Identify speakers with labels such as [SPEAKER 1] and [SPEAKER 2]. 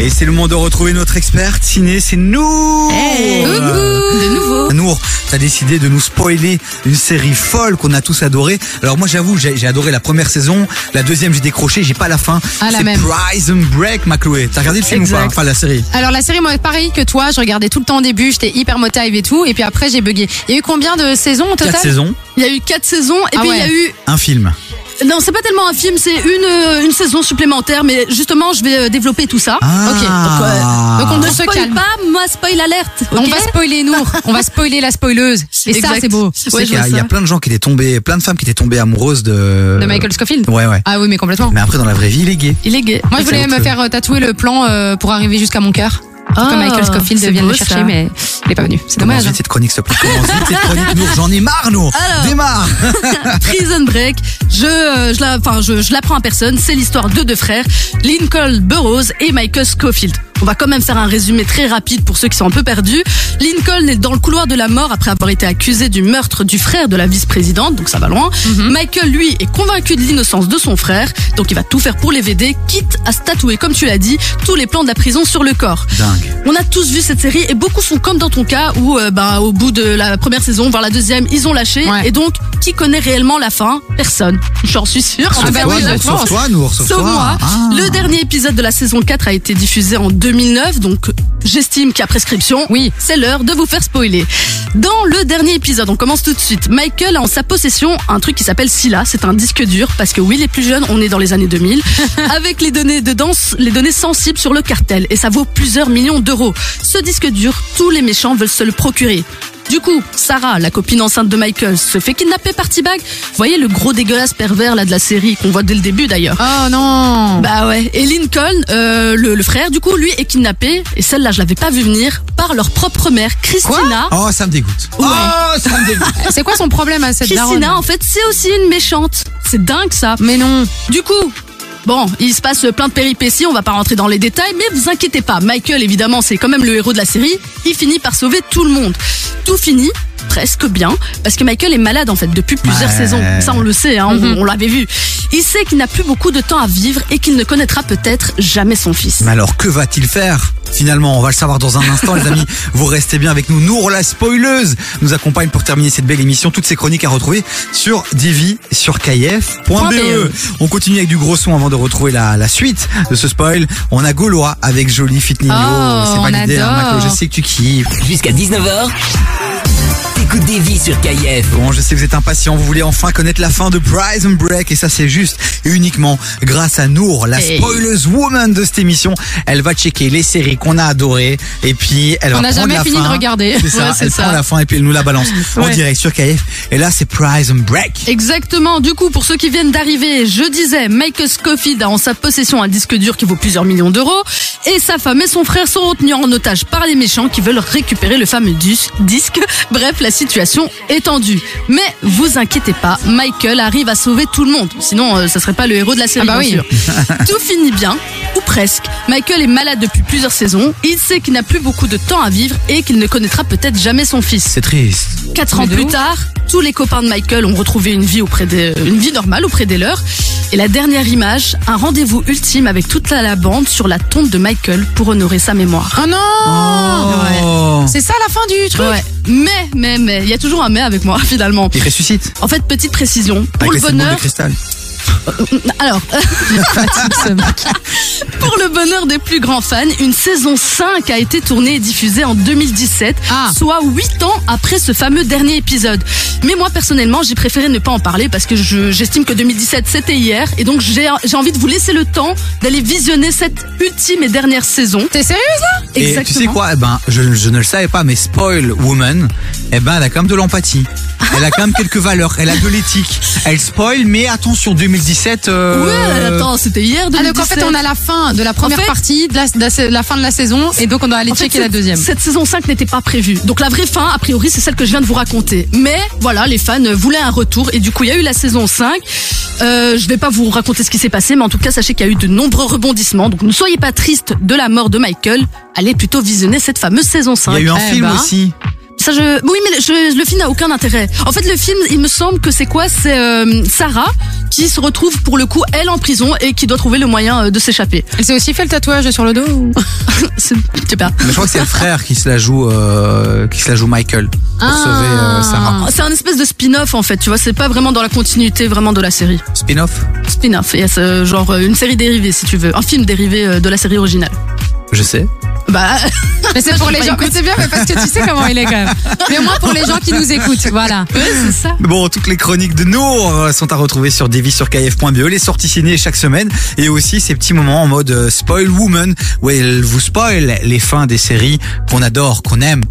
[SPEAKER 1] Et c'est le moment de retrouver notre experte ciné, c'est nous
[SPEAKER 2] Hey, coucou, de nouveau.
[SPEAKER 1] Nour, t'as décidé de nous spoiler une série folle qu'on a tous adorée. Alors moi j'avoue, j'ai j'ai adoré la première saison, la deuxième j'ai décroché, j'ai pas la fin.
[SPEAKER 2] Ah, la
[SPEAKER 1] c'est
[SPEAKER 2] même.
[SPEAKER 1] Prison Break, ma Chloé. T'as regardé le film ou pas
[SPEAKER 2] Exact.
[SPEAKER 1] Enfin la série.
[SPEAKER 2] Alors la série, moi, pareil que toi, je regardais tout le temps au début, j'étais hyper motive et tout, et puis après j'ai bugué. Il y a eu combien de saisons au total
[SPEAKER 1] Quatre saisons,
[SPEAKER 3] Il y a eu quatre saisons et
[SPEAKER 2] Ah
[SPEAKER 3] puis
[SPEAKER 2] ouais.
[SPEAKER 3] il y a eu
[SPEAKER 1] un film.
[SPEAKER 3] non c'est pas tellement un film c'est une euh, une saison supplémentaire mais justement je vais euh, développer tout ça.
[SPEAKER 1] Ah.
[SPEAKER 2] donc, euh, donc Ah. on
[SPEAKER 3] Ne
[SPEAKER 2] On se
[SPEAKER 3] spoil
[SPEAKER 2] calme.
[SPEAKER 3] pas moi spoil alerte.
[SPEAKER 2] On va spoiler Nour, on va spoiler la spoileuse. Et ça,
[SPEAKER 3] Exact.
[SPEAKER 2] c'est beau.
[SPEAKER 1] Tu sais
[SPEAKER 3] Ouais, je
[SPEAKER 1] qu'il y a-
[SPEAKER 3] vois
[SPEAKER 1] il y a
[SPEAKER 3] ça.
[SPEAKER 1] plein de gens qui étaient tombés, plein de femmes qui étaient tombées amoureuses de...
[SPEAKER 2] De Michael Scofield
[SPEAKER 1] Ouais, ouais.
[SPEAKER 2] Ah oui, mais complètement.
[SPEAKER 1] Mais après dans la vraie vie, il est gay.
[SPEAKER 3] Il est gay.
[SPEAKER 2] Moi, je voulais
[SPEAKER 1] c'est
[SPEAKER 2] me
[SPEAKER 1] honteux.
[SPEAKER 2] faire euh, tatouer le plan euh, pour arriver jusqu'à mon cœur.
[SPEAKER 3] Ah,
[SPEAKER 2] Comme Michael Scofield
[SPEAKER 3] c'est
[SPEAKER 2] vient me
[SPEAKER 3] beau,
[SPEAKER 2] chercher,
[SPEAKER 3] ça.
[SPEAKER 2] mais il est pas venu. C'est
[SPEAKER 1] Commence
[SPEAKER 2] dommage. hein.
[SPEAKER 1] vite cette chronique, s'il te plaît. Commence vite cette chronique, Nour. J'en ai marre, Nour. Démarre.
[SPEAKER 3] Prison Break. Je euh, je la enfin je je l'apprends à personne c'est l'histoire de deux frères Lincoln Burroughs et Michael Scofield. On va quand même faire un résumé très rapide pour ceux qui sont un peu perdus. Lincoln est dans le couloir de la mort après avoir été accusé du meurtre du frère de la vice-présidente, donc ça va loin. Michael, lui, est convaincu de l'innocence de son frère, donc il va tout faire pour l'évéder, quitte à se tatouer, comme tu l'as dit, tous les plans de la prison sur le corps.
[SPEAKER 1] Dingue.
[SPEAKER 3] On a tous vu cette série et beaucoup sont comme dans ton cas où euh, bah, au bout de la première saison, voire la deuxième, ils ont lâché.
[SPEAKER 2] Ouais.
[SPEAKER 3] Et donc, qui connaît réellement la fin Personne. J'en suis sûre. En
[SPEAKER 1] Sauf
[SPEAKER 3] tout cas,
[SPEAKER 1] toi,
[SPEAKER 3] Ah bah oui,
[SPEAKER 1] Nour,
[SPEAKER 3] je
[SPEAKER 1] sauf
[SPEAKER 3] pense.
[SPEAKER 1] toi, Nour, sauf
[SPEAKER 3] Sauf
[SPEAKER 1] toi.
[SPEAKER 3] moi.
[SPEAKER 1] Ah.
[SPEAKER 3] Le dernier épisode de la saison 4 a été diffusé en 2009, donc j'estime qu'à prescription,
[SPEAKER 2] hein. Oui.
[SPEAKER 3] c'est l'heure de vous faire spoiler. Dans le dernier épisode, on commence tout de suite. Michael a en sa possession un truc qui s'appelle Scylla, c'est un disque dur parce que oui, les plus jeunes, on est dans les années 2000, avec les données de danse, les données sensibles sur le cartel et ça vaut plusieurs millions d'euros. Ce disque dur, tous les méchants veulent se le procurer. Du coup, Sarah, la copine enceinte de Michael, se fait kidnapper par T-Bag. Voyez le gros dégueulasse pervers là de la série qu'on voit dès le début d'ailleurs.
[SPEAKER 2] Oh non
[SPEAKER 3] Bah ouais. Et Lincoln, euh, le, le frère, du coup, lui est kidnappé, et celle-là, je l'avais pas vu venir, par leur propre mère, Christina.
[SPEAKER 1] Oh, ça me dégoûte.
[SPEAKER 3] Ouais.
[SPEAKER 1] Oh, ça me dégoûte.
[SPEAKER 2] C'est quoi son problème à cette daronne
[SPEAKER 3] Christina, en fait, c'est aussi une méchante. C'est dingue, ça.
[SPEAKER 2] Mais non
[SPEAKER 3] Du coup, bon, il se passe plein de péripéties, on va pas rentrer dans les détails, mais vous inquiétez pas. Michael, évidemment, c'est quand même le héros de la série. Il finit par sauver tout le monde. Tout finit presque bien, parce que Michael est malade en fait depuis plusieurs
[SPEAKER 1] Ouais.
[SPEAKER 3] saisons. Ça, on le sait, hein, on-
[SPEAKER 2] Mhm.
[SPEAKER 3] on, l'avait vu. Il sait qu'il n'a plus beaucoup de temps à vivre et qu'il ne connaîtra peut-être jamais son fils.
[SPEAKER 1] Mais alors, que va-t-il faire Finalement, on va le savoir dans un instant, les amis. Vous restez bien avec nous. Nour, la spoileuse, nous accompagne pour terminer cette belle émission. Toutes ces chroniques à retrouver sur divi sur kf.be. E. On continue avec du gros son avant de retrouver la, la suite de ce spoil. On a Gaulois avec Jolie Fitnino.
[SPEAKER 2] Oh,
[SPEAKER 1] C'est
[SPEAKER 2] on
[SPEAKER 1] validé, hein,
[SPEAKER 2] adore.
[SPEAKER 1] Marco, Je sais que tu kiffes.
[SPEAKER 4] Jusqu'à 19h, t'écoutes des vies sur KIF.
[SPEAKER 1] Bon, je sais que vous êtes impatients, vous voulez enfin connaître la fin de Prison Break et ça c'est juste et uniquement grâce à Nour, la
[SPEAKER 3] Hey.
[SPEAKER 1] spoileuse woman de cette émission. Elle va checker les séries qu'on a adorées et puis elle
[SPEAKER 2] On
[SPEAKER 1] va
[SPEAKER 2] n'a
[SPEAKER 1] prendre
[SPEAKER 2] jamais
[SPEAKER 1] la
[SPEAKER 2] fini
[SPEAKER 1] fin.
[SPEAKER 2] de regarder.
[SPEAKER 1] C'est ça,
[SPEAKER 2] Ouais, c'est
[SPEAKER 1] elle
[SPEAKER 2] ça.
[SPEAKER 1] prend la fin et puis elle nous la balance en
[SPEAKER 2] Ouais.
[SPEAKER 1] direct sur KF. Et là c'est Prison Break.
[SPEAKER 3] Exactement. Du coup, pour ceux qui viennent d'arriver, je disais, Michael Scofield a en sa possession un disque dur qui vaut plusieurs millions d'euros. Et sa femme et son frère sont retenus en otage par les méchants qui veulent récupérer le fameux dus- disque. Bref, la situation est tendue. Mais vous inquiétez pas, Michael arrive à sauver tout le monde. Sinon, euh, ça serait pas le héros de la série,
[SPEAKER 2] Ah bah
[SPEAKER 3] bien
[SPEAKER 2] oui.
[SPEAKER 3] sûr. Tout finit bien, ou presque. Michael est malade depuis plusieurs saisons. Il sait qu'il n'a plus beaucoup de temps à vivre et qu'il ne connaîtra peut-être jamais son fils.
[SPEAKER 1] C'est triste.
[SPEAKER 3] Quatre
[SPEAKER 2] Mais
[SPEAKER 3] ans
[SPEAKER 2] de
[SPEAKER 3] plus
[SPEAKER 2] ouf.
[SPEAKER 3] tard, tous les copains de Michael ont retrouvé une vie auprès des, une vie normale auprès des leurs. Et la dernière image, un rendez-vous ultime avec toute la, la bande sur la tombe de Michael pour honorer sa mémoire.
[SPEAKER 2] Oh non
[SPEAKER 1] Oh.
[SPEAKER 2] C'est ça la fin du truc
[SPEAKER 3] Ouais. Mais, mais, mais, il y a toujours un mais avec moi finalement.
[SPEAKER 1] Il Ah, ressuscite
[SPEAKER 3] En fait, petite précision,
[SPEAKER 1] avec
[SPEAKER 3] pour le
[SPEAKER 1] les symboles de
[SPEAKER 3] bonheur,
[SPEAKER 1] cristal.
[SPEAKER 3] alors, pour le bonheur des plus grands fans, une saison 5 a été tournée et diffusée en 2017,
[SPEAKER 2] Ah.
[SPEAKER 3] soit 8 ans après ce fameux dernier épisode. Mais moi, personnellement, j'ai préféré ne pas en parler parce que je- j'estime que 2017, c'était hier. Et donc, j'ai j'ai envie de vous laisser le temps d'aller visionner cette ultime et dernière saison.
[SPEAKER 2] T'es sérieuse là
[SPEAKER 1] Et tu sais quoi Eh ben, je, je ne le savais pas, mais Spoil Woman, eh ben, elle a quand même de l'empathie. Elle a quand même quelques valeurs. Elle a de l'éthique. Elle spoil, mais attention, 2017. euh,
[SPEAKER 3] Ouais, attends, c'était hier 2017.
[SPEAKER 2] Ah donc en fait on a la fin de la première
[SPEAKER 3] fait-
[SPEAKER 2] partie, de la, de la- la fin de la saison et donc on doit aller
[SPEAKER 3] En fait,
[SPEAKER 2] checker la
[SPEAKER 3] cette-
[SPEAKER 2] deuxième.
[SPEAKER 3] Cette saison 5 n'était pas prévue. Donc la vraie fin, a priori, c'est celle que je viens de vous raconter. Mais voilà, les fans euh, voulaient un retour et du coup, il y a eu la saison 5. Euh, je vais pas vous raconter ce qui s'est passé, mais en tout cas, sachez qu'il y a eu de nombreux rebondissements. Donc ne soyez pas tristes de la mort de Michael. Allez plutôt visionner cette fameuse saison
[SPEAKER 1] Il y
[SPEAKER 3] 5.
[SPEAKER 1] a eu un
[SPEAKER 2] Eh
[SPEAKER 1] film
[SPEAKER 2] ben.
[SPEAKER 1] aussi.
[SPEAKER 3] Ça, je... Oui, mais je- le film n'a aucun intérêt. En fait, le film, il me semble que c'est quoi C'est euh, Sarah qui se retrouve pour le coup, elle, en prison et qui doit trouver le moyen euh, de s'échapper.
[SPEAKER 2] Elle s'est aussi fait le tatouage sur le dos ou-
[SPEAKER 3] C'est- Je sais pas.
[SPEAKER 1] Mais je crois que c'est le frère qui se la joue, euh, qui se la joue Michael pour
[SPEAKER 2] Ah.
[SPEAKER 1] sauver euh, Sarah.
[SPEAKER 3] C'est un espèce de spin-off en fait, tu vois, c'est pas vraiment dans la continuité vraiment de la série.
[SPEAKER 1] Spin-off
[SPEAKER 3] Spin-off, yes, euh, genre euh, une série dérivée si tu veux, un film dérivé euh, de la série originale.
[SPEAKER 1] Je sais.
[SPEAKER 3] Bah,
[SPEAKER 2] Mais c'est pour
[SPEAKER 3] je
[SPEAKER 2] les
[SPEAKER 3] sais
[SPEAKER 2] gens.
[SPEAKER 3] pas,
[SPEAKER 2] Mais c'est bien, mais parce que tu sais comment il est quand même. Mais au moins pour les gens qui nous écoutent, voilà.
[SPEAKER 3] c'est ça.
[SPEAKER 1] Bon, toutes les chroniques de Nour euh, sont à retrouver sur devisurkf.be, E. les sorties ciné chaque semaine et aussi ces petits moments en mode euh, spoil woman où elle vous spoil les fins des séries qu'on adore, qu'on aime.